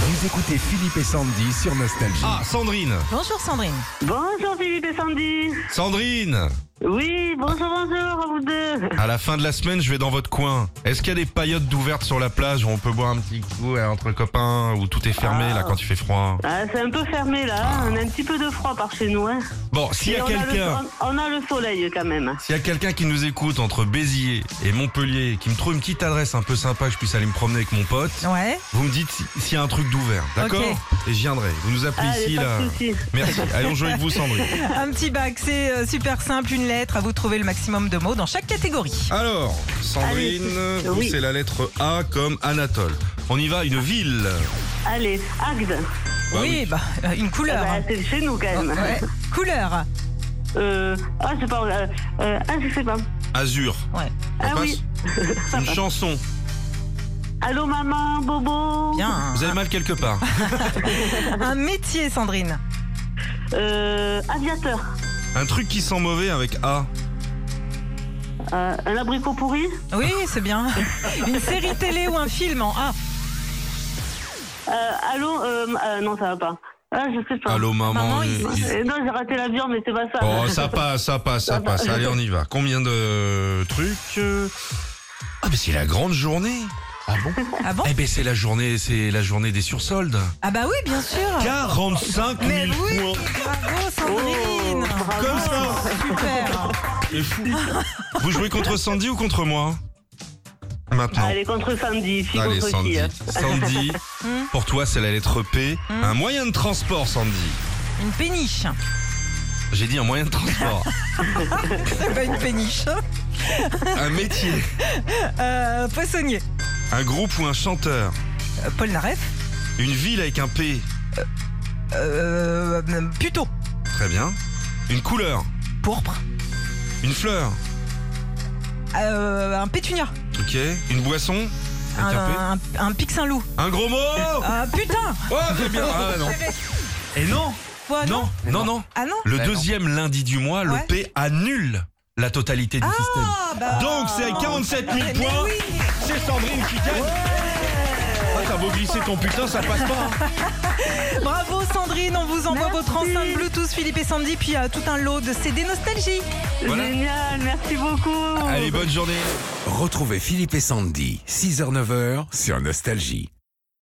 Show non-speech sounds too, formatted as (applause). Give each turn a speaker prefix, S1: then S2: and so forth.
S1: Vous écoutez Philippe et Sandy sur Nostalgie.
S2: Ah, Sandrine
S3: Bonjour Sandrine.
S4: Bonjour Philippe et Sandy.
S2: Sandrine
S4: Oui, bonjour, bonjour à vous deux.
S2: À la fin de la semaine, je vais dans votre coin. Est-ce qu'il y a des paillotes d'ouvertes sur la plage où on peut boire un petit coup euh, entre copains, où tout est fermé là quand il fait froid
S4: Ah, c'est un peu fermé là, hein. on a un petit peu de froid par chez nous. Hein.
S2: Bon, s'il y
S4: Et
S2: a
S4: on, a
S2: quelqu'un...
S4: le, on- on a le soleil quand même.
S2: S'il y a quelqu'un qui nous écoute entre Béziers et Montpellier, qui me trouve une petite adresse un peu sympa que je puisse aller me promener avec mon pote,
S3: Ouais.
S2: vous me dites si- s'il y a un truc d'ouvert, d'accord Et je viendrai. Vous nous appelez ici,
S4: Allez, pas
S2: là.
S4: de soucis.
S2: Merci. Allons jouer avec vous, Sandrine.
S4: (laughs)
S3: Un petit bac, c'est euh, super simple, une lettre. À vous de trouver le maximum de mots dans chaque catégorie.
S2: Alors, Sandrine,
S4: Allez,
S2: vous,
S4: oui.
S2: c'est la lettre A comme Anatole. On y va, une ville.
S4: Allez, Agde.
S2: Bah
S3: oui, bah euh, une
S4: Ah
S3: couleur.
S4: bah,
S3: hein.
S4: c'est chez nous quand même.
S3: Ouais. Couleur.
S4: Euh, ah, c'est pas. euh, euh, ah, je sais pas.
S2: Azur.
S3: Ouais.
S2: On
S4: Ah
S2: passe
S4: oui.
S2: Une chanson.
S4: Allô maman, Bobo.
S3: Bien. Un,
S2: Vous avez mal quelque part.
S3: un métier, Sandrine.
S4: Euh, aviateur.
S2: Un truc qui sent mauvais avec A.
S4: Euh, un abricot pourri.
S3: Oui, c'est bien. Une série télé ou un film en A.
S4: Euh, allô, euh, euh, non, ça va pas. Ah, je sais pas.
S2: Allô, maman.
S3: Maman,
S2: il-
S3: il-
S2: il-
S4: Euh, non, j'ai raté l'avion, mais c'est pas ça.
S2: Oh, ça passe, ça passe, ça passe. Allez, on y va. Combien de trucs euh Ah, mais c'est la grande journée. Ah bon
S3: Ah bon
S2: Eh ben, c'est la journée, c'est la journée des sursoldes.
S3: Ah bah oui, bien sûr.
S2: 45
S3: Mais
S2: 000
S3: oui,
S2: points.
S3: bravo Sandrine.
S2: Comme ça.
S3: Super.
S2: C'est fou. Ah. Vous jouez contre Sandy ou contre moi Maintenant.
S4: Allez, contre Sandy, fille
S2: Allez,
S4: contre hein.
S2: Sandy.
S4: fille.
S2: Sandy,
S3: Hmm.
S2: pour toi, c'est la lettre P. Un moyen de transport, Sandy.
S3: Une péniche.
S2: J'ai dit un moyen de transport.
S3: Eh ben, une péniche.
S2: un métier.
S3: Euh, poissonnier.
S2: Un groupe ou un chanteur.
S3: Euh, Paul Naref.
S2: Une ville avec un P.
S3: Euh, plutôt.
S2: Très bien. Une couleur.
S3: Pourpre.
S2: Une fleur.
S3: Euh, un pétunia.
S2: Ok. Une boisson. Avec un, P.
S3: Un, un, un pixin loup.
S2: Un gros mot
S3: Ah putain
S2: Oh, c'est bien. Ah,
S3: (laughs)
S2: non. Et non
S3: Quoi,
S2: Non, non, non.
S3: Ah non
S2: Le deuxième lundi du mois, le
S3: Ouais.
S2: P annule la totalité du système.
S3: Ah, bah.
S2: Donc, c'est avec 47 000
S3: Mais
S2: points.
S3: oui.
S2: C'est Sandrine qui gagne. Ah, t'as beau glisser ton putain, ça passe pas.
S3: (laughs)
S2: hein.
S3: Bravo Sandrine, on vous envoie votre enceinte Bluetooth Philippe et Sandy, puis euh, tout un lot de CD Nostalgie.
S2: Voilà.
S4: Génial, merci beaucoup.
S2: Allez, bonne journée.
S1: Retrouvez Philippe et Sandy, 6h-9h sur Nostalgie.